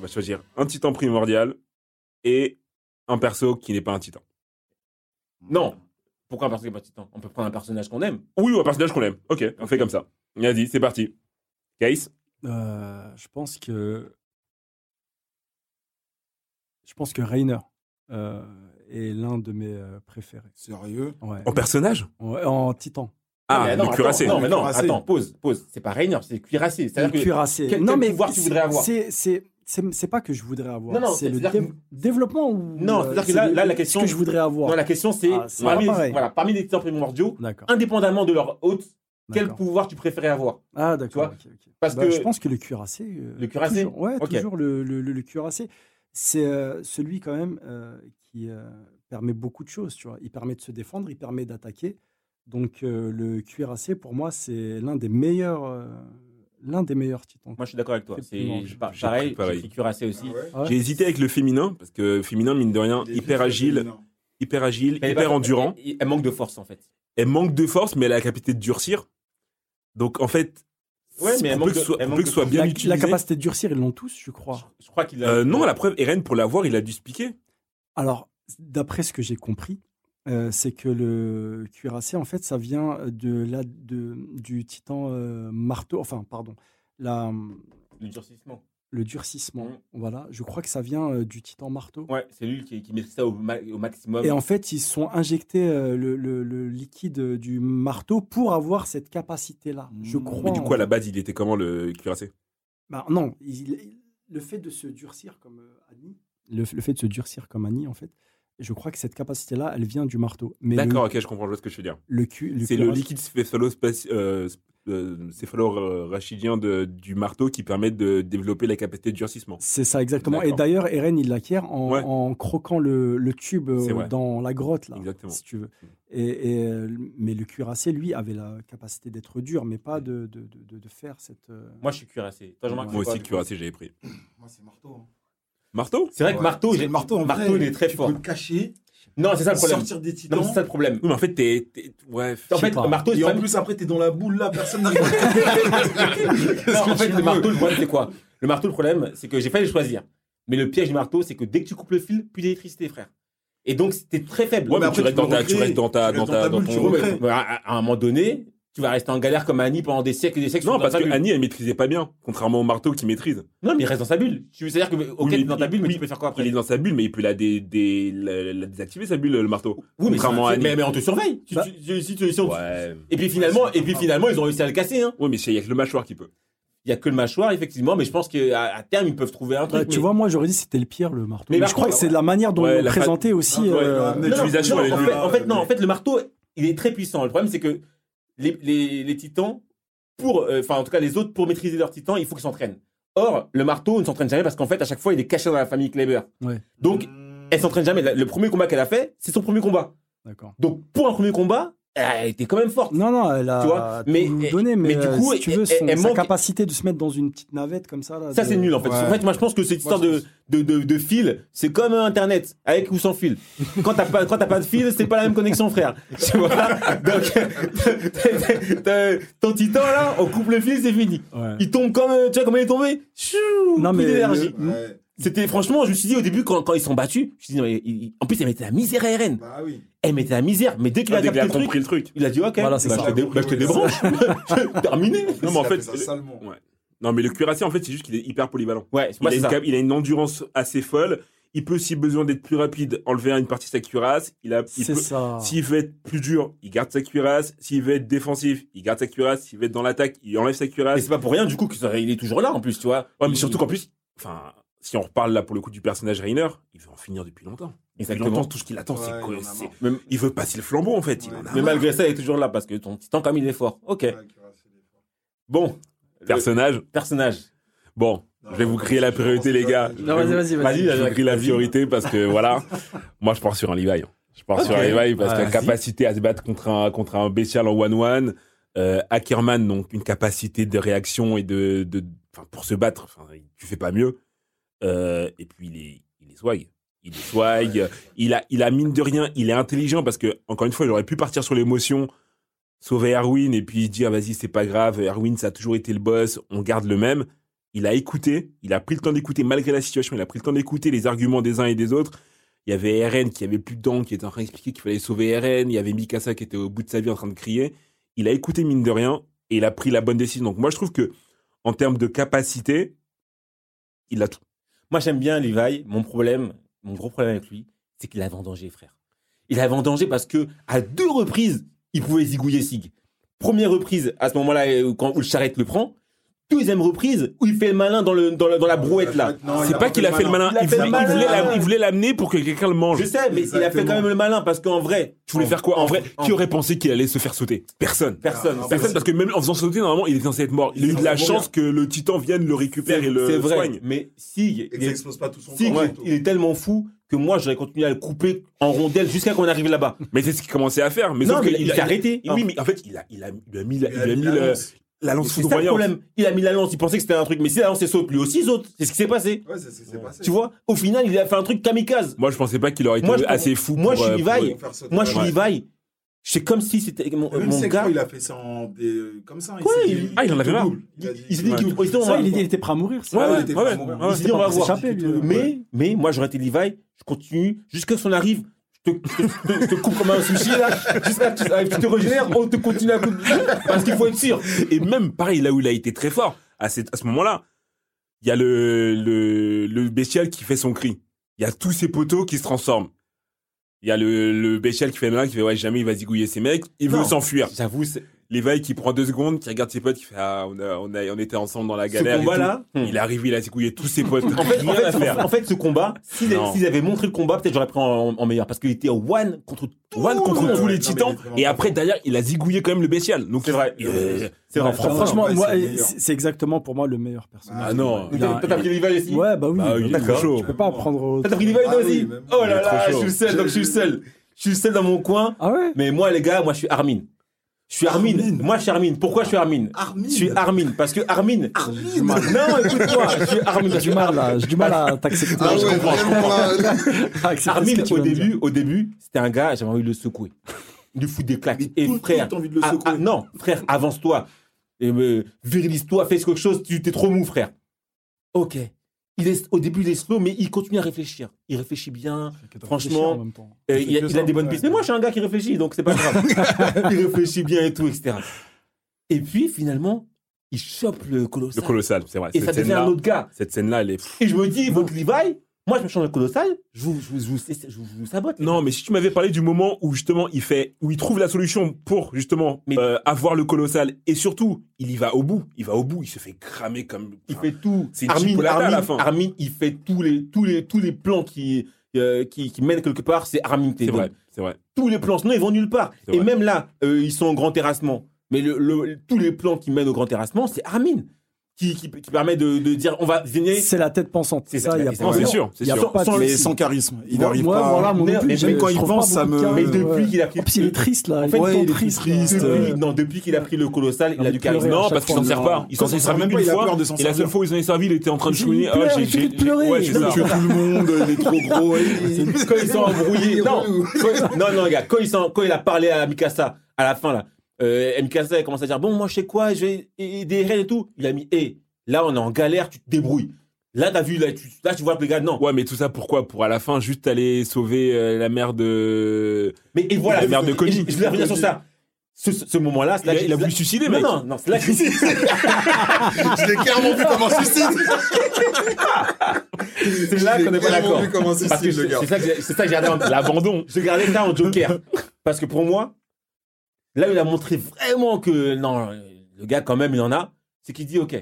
va choisir un titan primordial et un perso qui n'est pas un titan. Non. Pourquoi un personnage qui n'est pas titan On peut prendre un personnage qu'on aime. Oui, ou un personnage qu'on aime. Ok, on fait comme ça. Vas-y, c'est parti. Case Euh, je pense que. Je pense que Rainer euh, est l'un de mes euh, préférés. Sérieux Ouais. En personnage Ouais, en titan. Ah, mais le attends, cuirassé. Non, mais non, Cuirassé. attends, pause, pause. C'est pas Rainer, c'est cuirassé. Le C'est-à-dire que cuirassé. quel- non, quel mais pouvoir tu c'est- voudrais avoir c'est- C'est c'est- c'est pas que je voudrais avoir. Non, non, c'est le c'est-à-dire dé- que- développement ou. Non, euh, c'est-à-dire que c'est là- le- là, la ce question- que je voudrais avoir. Non, la question c'est Ah, c'est parmi, pas pareil. voilà, parmi les titans primordiaux, D'accord. indépendamment de leur hôte, quel d'accord. pouvoir tu préférais avoir Ah, vois d'accord. ok, ok. Parce Bah, que je pense que le cuirassé. euh, Le cuirassé toujours, Ouais, Ok. toujours le, le, le- le cuirassé. C'est euh, celui quand même euh, qui euh, permet beaucoup de choses, tu vois. Il permet de se défendre, il permet d'attaquer. Donc euh, le cuirassé, pour moi, c'est l'un des meilleurs, euh, l'un des meilleurs titans. moi je suis d'accord avec toi. C'est C'est plus long, j'ai- pas- j'ai pareil, pris pareil. j'ai pris cuirassé Ah aussi. Ouais. J'ai hésité avec le féminin, parce que féminin, mine de rien, Ah, hyper agile, hyper agile, Elle est hyper pas- endurant. Elle, elle manque de force en fait. Elle manque de force, mais elle a la capacité de durcir. Donc, en fait, Ouais, mais elle pour peu que manque de- ce soit- elle pour manque peu que de ce soit force. bien la, la utilisé. capacité de durcir, ils l'ont tous, je crois. Je crois qu'il a. Euh, non, à la preuve, Eren, pour l'avoir, il a dû se piquer. Alors, d'après ce que j'ai compris, euh, c'est que le cuirassé, en fait, ça vient de la, de, du titan euh, marteau, enfin, pardon, la, le durcissement. le durcissement. Mhm. Voilà, je crois que ça vient euh, du titan marteau. Ouais, c'est lui qui, qui met ça au, ma- au maximum. Et en fait, ils se sont injectés euh, le, le- le liquide euh, du marteau pour avoir cette capacité-là. Je Mhm. Mais crois. Mais du en- coup, à la base, il était comment le cuirassé Bah, non, il- il- le fait de se durcir comme euh, Annie, le, le fait de se durcir comme Annie, en fait, je crois que cette capacité-là, elle vient du marteau. Mais le- D'accord, ok, je comprends je vois ce que je veux dire. Le, cu- C'est le cuirassé- liquide céphalo-spaci- euh, sp- euh, céphalo-rachidien de- du marteau qui permet de développer la capacité de durcissement. C'est ça, exactement. Et D'accord. d'ailleurs, Eren, il l'acquiert en, Ouais. en croquant le, le tube euh, C'est vrai. dans la grotte, là, Exactement. si tu veux. Et, et, euh, mais le cuirassé, lui, avait la capacité d'être dur, mais pas de, de, de- de- de faire cette... euh, Moi je suis cuirassé. Toi, Jean-Marc, Moi c'est quoi, aussi, du coup cuirassé, j'avais pris. Moi, c'est marteau. Marteau C'est vrai que marteau, j'ai- le marteau, en marteau, vrai, il est très tu fort. peux le cacher, Non, c'est ça le problème. sortir des Non, titans. mais c'est ça le problème. Oui, mais en fait, t'es. t'es- Ouais. En sais fait, pas. marteau, c'est Et pas- en plus, après, t'es dans la boule là, personne n'arrive Non, en à fait, le marteau, le problème, c'est quoi Le marteau, le problème, c'est que j'ai failli le choisir. Mais le piège du marteau, c'est que dès que tu coupes le fil, plus d'électricité, frère. Et donc, c'était très faible. Ouais, mais mais après, tu restes tu dans peux ta. recréer, Tu restes dans ta. tu Dans restes ta. dans ta Dans bulle, tu ton. recrées. Ouais, mais à, à un moment donné, tu vas rester en galère comme Annie pendant des siècles et des siècles. Non, dans parce sa que bulle. Annie, elle maîtrisait pas bien, contrairement au marteau qui maîtrise. Non, mais il reste dans sa bulle. Tu- C'est-à-dire que, ok, mais t'es dans ta il- bulle, mais oui, tu peux faire quoi après Il est dans sa bulle, mais il peut la, dé- dé- la- la désactiver, sa bulle, le marteau. Oui, mais, contrairement à c'est- Annie. mais, mais on te surveille. Tu- Bah- tu- tu- si tu- si on- Ouais. Et puis finalement, Ouais, c'est et puis pas finalement, ils ont réussi à le casser. hein. Ouais, mais c'est- il y a que le mâchoire qui peut. Il y a que le mâchoire, effectivement, mais je pense qu'à à terme, ils peuvent trouver un truc. bah, tu mais- vois, moi, j'aurais dit c'était le pire, le marteau. Mais Mais par je crois contre, que c'est de la manière dont ouais, ils l'ont la fa- présenté aussi. Ouais, euh, ouais, Non, non, L'utilisation, non, elle est en nulle. fait, en fait, non, en fait, le marteau, il est très puissant. Le problème, c'est que les, les, les titans, pour, euh, enfin, en tout cas, les autres, pour maîtriser leurs titans, il faut qu'ils s'entraînent. Or, le marteau ne s'entraîne jamais parce qu'en fait, à chaque fois, il est caché dans la famille Kleber. Ouais. Donc, Mmh. elle s'entraîne jamais. La- Le premier combat qu'elle a fait, c'est son premier combat. D'accord. Donc, pour un premier combat, elle était quand même forte. Non, non, elle a Tu vois, mais- eh, tout donné, mais, mais du euh, coup, si tu elle- veux, son, elle sa manque- capacité de se mettre dans une petite navette comme ça... Là, Ça, de- c'est nul, hein. en fait. Ouais. En fait, moi, je pense que cette histoire Moi, je de, de, de, de fil, c'est comme euh, Internet, avec ou sans fil. Quand t'as pas, quand t'as pas de fil, c'est pas la même connexion, frère. Tu vois Donc, t'as- t'as- t'as- ton titan, là, on coupe le fil, c'est fini. Ouais. Il tombe comme, euh, tu vois, comment il est tombé? Chou! Non, plus mais d'énergie. le- Ouais. C'était, franchement, je me suis dit, au début, quand, quand ils sont battus, je me suis dit, non, mais il- il- en plus, elle mettait la misère à RN. Bah oui. Elle mettait la misère, mais dès qu'il Ah, a dès qu'il capté a le truc, compris le truc. il a dit, ok, Voilà, c'est bah, ça. je te dé- bah, je te débranche. Terminé. Non, mais en Ça fait, ça salement. ouais. Non, mais le cuirassé, en fait, c'est juste qu'il est hyper polyvalent. Ouais, Il, moi, a c'est une, ça. cap- il a une endurance assez folle. Il peut, si besoin d'être plus rapide, enlever une partie de sa cuirasse. Il a, il C'est peut- ça. S'il veut être plus dur, il garde sa cuirasse. S'il veut être défensif, il garde sa cuirasse. S'il veut être dans l'attaque, il enlève sa Et cuirasse. Ah, c'est pas pour rien, du coup, qu'il est toujours là, en plus, tu vois. Ouais, mais surtout qu'en plus, enfin, si on reparle là pour le coup du personnage Rainer, il veut en finir depuis longtemps. Depuis Exactement. longtemps, tout ce qu'il attend, c'est Ouais, que- il en a c'est- marre. Mais, Il veut passer le flambeau en fait. Il Ouais. en a mais marre. malgré ça, il est toujours là parce que ton titan, comme il est fort. Ok. Ouais, cuirassé, il est fort. Bon. Le Personnage. personnage. Bon, Non, je vais vous non, crier la je priorité, pense les que gars. ça- Je Non, vais vas-y, vous- vas-y, vas-y. Vas-y, Je vous vas-y. crie la priorité parce que voilà, moi je pars sur un Levi. Je pars sur Ok. un Levi parce que la Vas-y. capacité à se battre contre un, contre un bestial en 1-1, euh, Ackerman, donc une capacité de réaction et de. de enfin, pour se battre, enfin, tu fais pas mieux. Euh, et puis il est, il est swag. Il est swag. Il, a, il a mine de rien, il est intelligent parce que, encore une fois, il aurait pu partir sur l'émotion, sauver Erwin et puis dire vas-y, c'est pas grave, Erwin ça a toujours été le boss, on garde le même. il a écouté, il a pris le temps d'écouter malgré la situation, il a pris le temps d'écouter les arguments des uns et des autres. Il y avait RN qui avait plus de dents, qui était en train d'expliquer qu'il fallait sauver RN. Il y avait Mikasa qui était au bout de sa vie en train de crier. Il a écouté mine de rien et il a pris la bonne décision. Donc moi je trouve que en termes de capacité, il a tout. Moi, j'aime bien Levi. Mon problème, mon gros problème avec lui, c'est qu'il a vendangé, frère. Il a vendangé parce que à deux reprises, il pouvait zigouiller Sig. Première reprise, à ce moment-là, euh, quand où le charrette le prend. Deuxième reprise, où il fait le malin dans, le, dans, le- dans la brouette, là. Non, il C'est a pas fait qu'il a fait le malin, Il a il fait le voulait- il voulait malin. la- il voulait l'amener pour que quelqu'un le mange. Je sais, mais il a fait Exactement. quand même le malin parce qu'en vrai, Tu voulais faire quoi En vrai, qui aurait pensé qu'il allait se faire sauter Personne. Personne. Ah, ah, Personne, parce que même en faisant sauter, normalement, il est censé être mort. Il a eu de la C'est chance que le titan vienne le récupère et C'est le c'est vrai, soigne. mais Sig, Et il que ça est explose pas tout son Si, corps. ouais, surtout. il est tellement fou que moi j'aurais continué à le couper en rondelles jusqu'à qu'on arrive là-bas. Mais c'est ce qu'il commençait à faire. Mais non, sauf mais que il, s'est arrêté. Oui, mais en fait, il a, il a, il a mis, la, Il il a a mis mis la la, lance. la lance C'est ça le foudroyante. problème. Il a mis la lance, il pensait que c'était un truc, mais si la lance elle saute, lui aussi il saute. C'est ce qui s'est passé. Ouais, c'est ce qui s'est passé. Tu vois, au final, il a fait un truc kamikaze. Moi, je pensais pas qu'il aurait été Moi, je- assez fou. moi, pour, je suis euh, pour- Levi. Pour faire sauter. Moi, je suis Ouais. Levi. C'est comme si c'était mon, Même mon Sekou, gars. il a fait ça en des... comme ça. Ouais, s'est il- dit- Ah, il en avait marre. double. Il a dit- Il s'est dit qu'il il s'est dit, on Ça, va- il, était- il était prêt à mourir. ça. Ouais, Ah, ouais, il était ouais, pas ouais, mort. ouais. hein. Il s'est dit, on va pour voir. s'échapper, lui. Mais, mais moi, j'aurais été Levi. Je continue jusqu'à ce qu'on arrive. Je te, je te- je te coupe comme un sushi là. Jusqu'à ce que tu arrives, tu te régénères. On te continue à couper. Parce qu'il faut être sûr. Et même, pareil, là où il a été très fort, à, cette- à ce moment-là, il y a le, le, le bestial qui fait son cri. Il y a tous ces poteaux qui se transforment. Il y a le, le bestial qui fait le malin, qui fait, ouais, jamais il va zigouiller ces mecs. Il Non. veut s'enfuir. J'avoue, c'est- Lévaille qui prend deux secondes, qui regarde ses potes, qui fait Ah, on, a- on, a- on était ensemble dans la ce galère. et combat-là. hmm. tout. Hmm. Il est arrivé, il a secouillé tous ses potes. En fait, en, rien à fait, faire. en fait, ce combat, s'ils Non. s'ils avaient montré le combat, peut-être j'aurais pris en, en meilleur. Parce qu'il était one contre tout. One contre Ouais, tous ouais, les non, mais titans. il est vraiment Et pas après, fort. derrière, il a zigouillé quand même le bestial. Donc, C'est vrai. Bah, euh, C'est vrai. Enfin, Franchement, franchement, ouais, moi, c'est le c'est- meilleur. c'est exactement pour moi le meilleur personnage. Ah non. Il a- Toi, t'as pris Levi aussi Ouais, bah oui. Bah oui, il est D'accord. trop chaud. Tu peux pas prendre. au- T'as pris Levi Ah toi oui, aussi même. Oh Il là est trop là, je chaud. suis le seul, donc je suis le seul. Je suis le seul dans mon coin. Ah ouais Mais moi, les gars, moi, je suis Armin. Je suis Armin. Armin. Moi, je suis Armin. Pourquoi je suis Armin Armin. Je suis Armin. Parce que Armin. Non, écoute-moi. Je suis Armin. J'ai du mal à, j'ai du mal à t'accepter. Ah ouais, vraiment là. À accepter ce Armin, que tu au viens de dire. début, au début, c'était un gars, j'avais envie de le secouer. De foutre des claques. Mais Et tout le temps, frère. t'as envie de le ah, secouer. ah, non, frère, avance-toi. Et euh, virilise-toi, fais quelque chose. Tu t'es trop mou, frère. Ok. Il est, au début, il est slow, mais il continue à réfléchir. Il réfléchit bien. Que t'as Franchement, réfléchi en même temps. Euh, il, a, Quelque il a des chose, bonnes ouais. pistes. Mais moi, je suis un gars qui réfléchit, donc c'est pas grave. il réfléchit bien et tout, etc. Et puis, finalement, il chope le le colossal. colossal, c'est vrai. et ça Cette devient un scène-là, autre gars. cette scène-là, elle est. pff. Et je me dis, votre Levi, moi, je me change le colossal, je vous, je vous, je vous- je vous- je vous sabote. Non, mais si tu m'avais parlé du moment où justement il fait, où il trouve la solution pour justement Mais- euh, avoir le colossal, et surtout, il y va au bout. Il va au bout. Il se fait cramer comme. Il enfin, fait tout. c'est une Armin, chipolata à Armin, la fin. Armin, il fait tous les, tous les, tous les plans qui, euh, qui, qui mènent quelque part, c'est Armin c'est Tatum. vrai, c'est vrai. Tous les plans, sinon ils vont nulle part. C'est Et vrai. même là, euh, ils sont en grand terrassement. Mais le, le- tous les plans qui mènent au grand terrassement, c'est Armin qui, qui, qui permet de, de dire on va venir. C'est la tête pensante. C'est C'est ça, ça, il y a c'est Non, pas c'est de- sûr, c'est il y a sûr. pas de- Sans- mais sans charisme. Il Moi- n'arrive moi, pas. voilà, moi non Mais- plus, mais je- même quand je il trouve pas pense, ça beaucoup me- de charisme, Mais depuis ouais. qu'il a pris. En plus, il est triste là. En fait, Ouais, il est il est tout triste. triste, là. depuis, euh, non, depuis qu'il a pris le colossal, il a Il du pleure, charisme. ouais. Non, à parce chaque qu'il s'en fois, sert non. pas. Il s'en Quand il sert s'en même sert une pas, il a fois. peur de s'en Et la seule servir. fois où ils en est servi, il était en train de Il cheminer. pleure, j'ai- il fait j'ai- que de pleurer. Ouais, c'est Il ça. tue tout le monde, il est trop gros. il- Quand ils sont embrouillés. Il est Non, relou. quand- non, non, les gars, quand, ils sont- quand il a parlé à Mikasa, à la fin, là, euh, Mikasa, elle commence à dire Bon, moi, je sais quoi, je vais aider Ren et tout. Il a mis Hé, là, on est en galère, tu te débrouilles. Là, t'as vu, là tu, là, tu vois que les gars, non. Ouais, mais tout ça pourquoi Pour à la fin juste aller sauver euh, la mère de. Mais et voilà. La mère de Cody. et Je, je voulais revenir sur ça. Ce, ce- ce moment-là, c'est Il là a, que- il a c'est là- voulu se suicider, Non, mec. non, non, c'est là que- Je l'ai clairement vu comme un suicide. c'est là qu'on n'est pas d'accord. comment Parce que suicide, je- le gars. C'est ça que j'ai- c'est ça que j'ai regardé en- L'abandon. Je gardais ça en joker. Parce que pour moi, là où il a montré vraiment que non, le gars quand même il en a, c'est qu'il dit ok,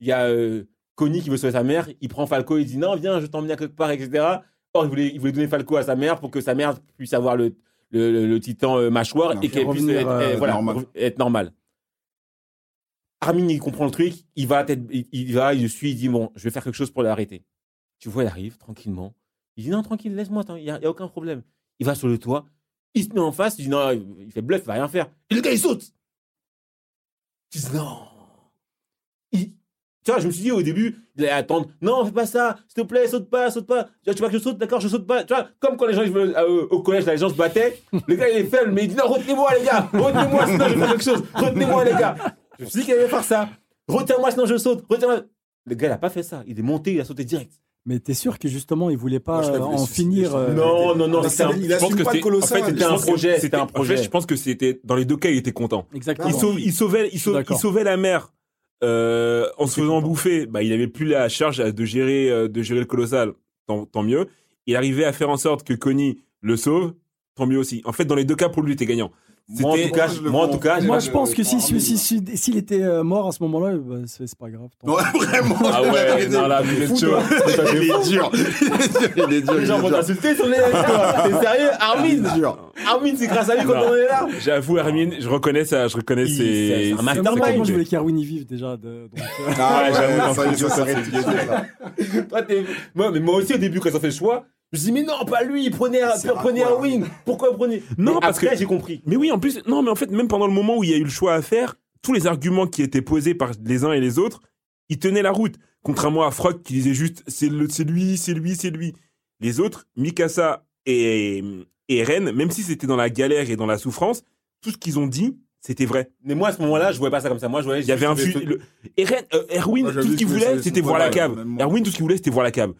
il y a euh, Connie qui veut sauver sa mère, il prend Falco, il dit non viens, je t'emmène à quelque part, etc. Or il voulait, il voulait donner Falco à sa mère pour que sa mère puisse avoir le, le, le- le titan euh, mâchoire Non, et qu'elle puisse revenir, être, euh, euh, voilà, normal. re- être normale. Armin il comprend le truc, il va, à tête- il, il va, il le suit, il dit bon, je vais faire quelque chose pour l'arrêter. Tu vois, il arrive tranquillement. Il dit non, tranquille, laisse-moi, attends, il n'y a, il y a aucun problème. Il va sur le toit, il se met en face, il dit non, il fait bluff, il va rien faire. Et le gars, il saute. Tu dis non. Il- Tu vois, je me suis dit au début, il allait attendre, non, fais pas ça, s'il te plaît, saute pas, saute pas. Tu vois, tu vois que je saute, d'accord, je saute pas. Tu vois, comme quand les gens, ils veulent- euh, au collège, là, les gens se battaient, le gars, il est faible, mais il dit non, retenez-moi, les gars, retenez-moi, sinon je vais faire quelque chose, retenez-moi, les gars. Je me suis dit qu'il allait faire ça. Retiens-moi, sinon je saute, retiens-moi. Le gars, il a pas fait ça. Il est monté, il a sauté direct. Mais t'es sûr que justement, il voulait pas Moi, je euh, l'avais en suicidé, finir je euh, l'avais. Non, Ah, non, non, Mais c'est un- c'est- il Je pense assume que pas le c'était- colossal. En fait, c'était un je pense que projet, c'était un en fait, projet. je pense que c'était dans les deux cas, il était content. Exactement. Il Ah, sauve, oui. il sauvait, il suis sauve- d'accord. il sauvait la mer euh, en se C'est faisant content. bouffer. Bah, il n'avait plus la charge à- de gérer, euh, de gérer le colossal. Tant, tant mieux. Il arrivait à faire en sorte que Connie le sauve. Tant mieux aussi. En fait, dans les deux cas, pour lui, il était gagnant. Moi, en C'était- tout cas, Moi, je le moi, en tout cas, comprends. Moi, Moi, je je- pense que je si- m'en si- remets, si- là. si- s'il était euh, mort à ce moment-là, bah, c'est c'est pas grave. tant Non, pis. vraiment. Ah je l'avais ouais, aidé. non, là, vous êtes chaud. Ah Il est dur. Il est dur. Il est dur. Les gens il est vont dur. t'insulter sur les T'es sérieux Il Armin est dur. Armin, c'est grâce à lui qu'on Non. en est là J'avoue, Hermine, je reconnais ça, je reconnais ses. Il- c'est un ses Mais mastermind. ses moi, qualités. moi, je voulais qu'Erwin y vive déjà. de- donc, euh, Ah Ouais, j'avoue, ouais, dans ça y est, Future, ça ça s'arrête. s'est Toi, t'es- moi, mais moi aussi, au début, quand ils ont fait le choix, je me suis dit, mais non, pas lui, prenez, C'est prenez raccord. Erwin. Pourquoi prenez Non, Mais parce après, que- j'ai compris. Mais oui, en plus, non, mais en fait, même pendant le moment où il y a eu le choix à faire, tous les arguments qui étaient posés par les uns et les autres, ils tenaient la route. Contrairement à Frog qui disait juste c'est le- c'est lui, c'est lui, c'est lui. Les autres, Mikasa et, et Ren, même si c'était dans la galère et dans la souffrance, tout ce qu'ils ont dit, c'était vrai. Mais moi, à ce moment-là, je voyais pas ça comme ça. Moi, je voyais. Il y avait un fu- le- et Ren- euh, Erwin, Moi, j'avais tout ce vu qu'il que voulait, c'est- c'était c'est voir pas la mal, cave. même moi. Erwin, tout ce qu'il voulait, c'était voir la cave.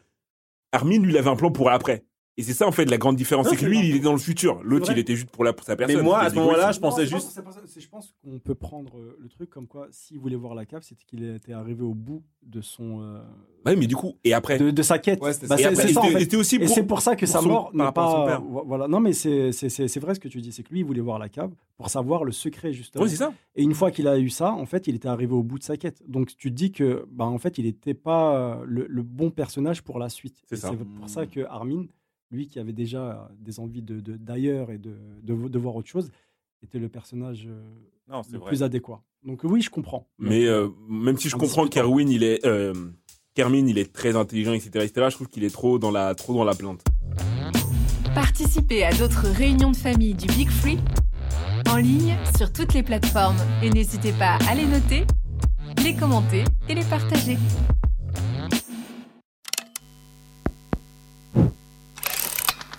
Armin, lui, il avait un plan pour après. Et c'est ça, en fait, la grande différence. Non, C'est que c'est lui, vrai. il est dans le futur. L'autre, C'est il vrai. était juste pour, la, pour sa personne. Mais moi, à C'était ce moment-là, égoïste. je pensais Non, juste. c'est pas ça, c'est- Je pense qu'on peut prendre euh, le truc comme quoi, s'il voulait voir la cave, c'était qu'il était arrivé au bout de son euh, Ouais, mais du coup, et après de, de sa quête. Ouais, c'était Bah, ça. Et c'est après, c'est il ça en était- il fait. était aussi Et pour. c'est pour ça que pour sa son- mort par n'a rapport à son pas. père. vo- Voilà. Non, mais c'est c'est- c'est- c'est vrai ce que tu dis. C'est que lui, il voulait voir la cave pour savoir le secret justement. Ouais, c'est ça. Et une fois qu'il a eu ça, en fait, il était arrivé au bout de sa quête. Donc tu te dis que, bah, en fait, il n'était pas euh, le, le bon personnage pour la suite. C'est Et ça. pour ça que Armin, lui qui avait déjà euh, des envies de- de- d'ailleurs et de, de, de voir autre chose, était le personnage euh, Non, le plus adéquat. Donc euh, oui, je comprends. Mais euh, même si je En comprends discutant. qu'Erwin, il est. euh, Kermin, il est très intelligent, etc., etc. Je trouve qu'il est trop dans la, trop dans la plainte. Participez à d'autres réunions de famille du Big Free en ligne sur toutes les plateformes et n'hésitez pas à les noter, les commenter et les partager.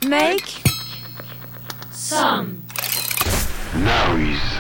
Make Some Noise.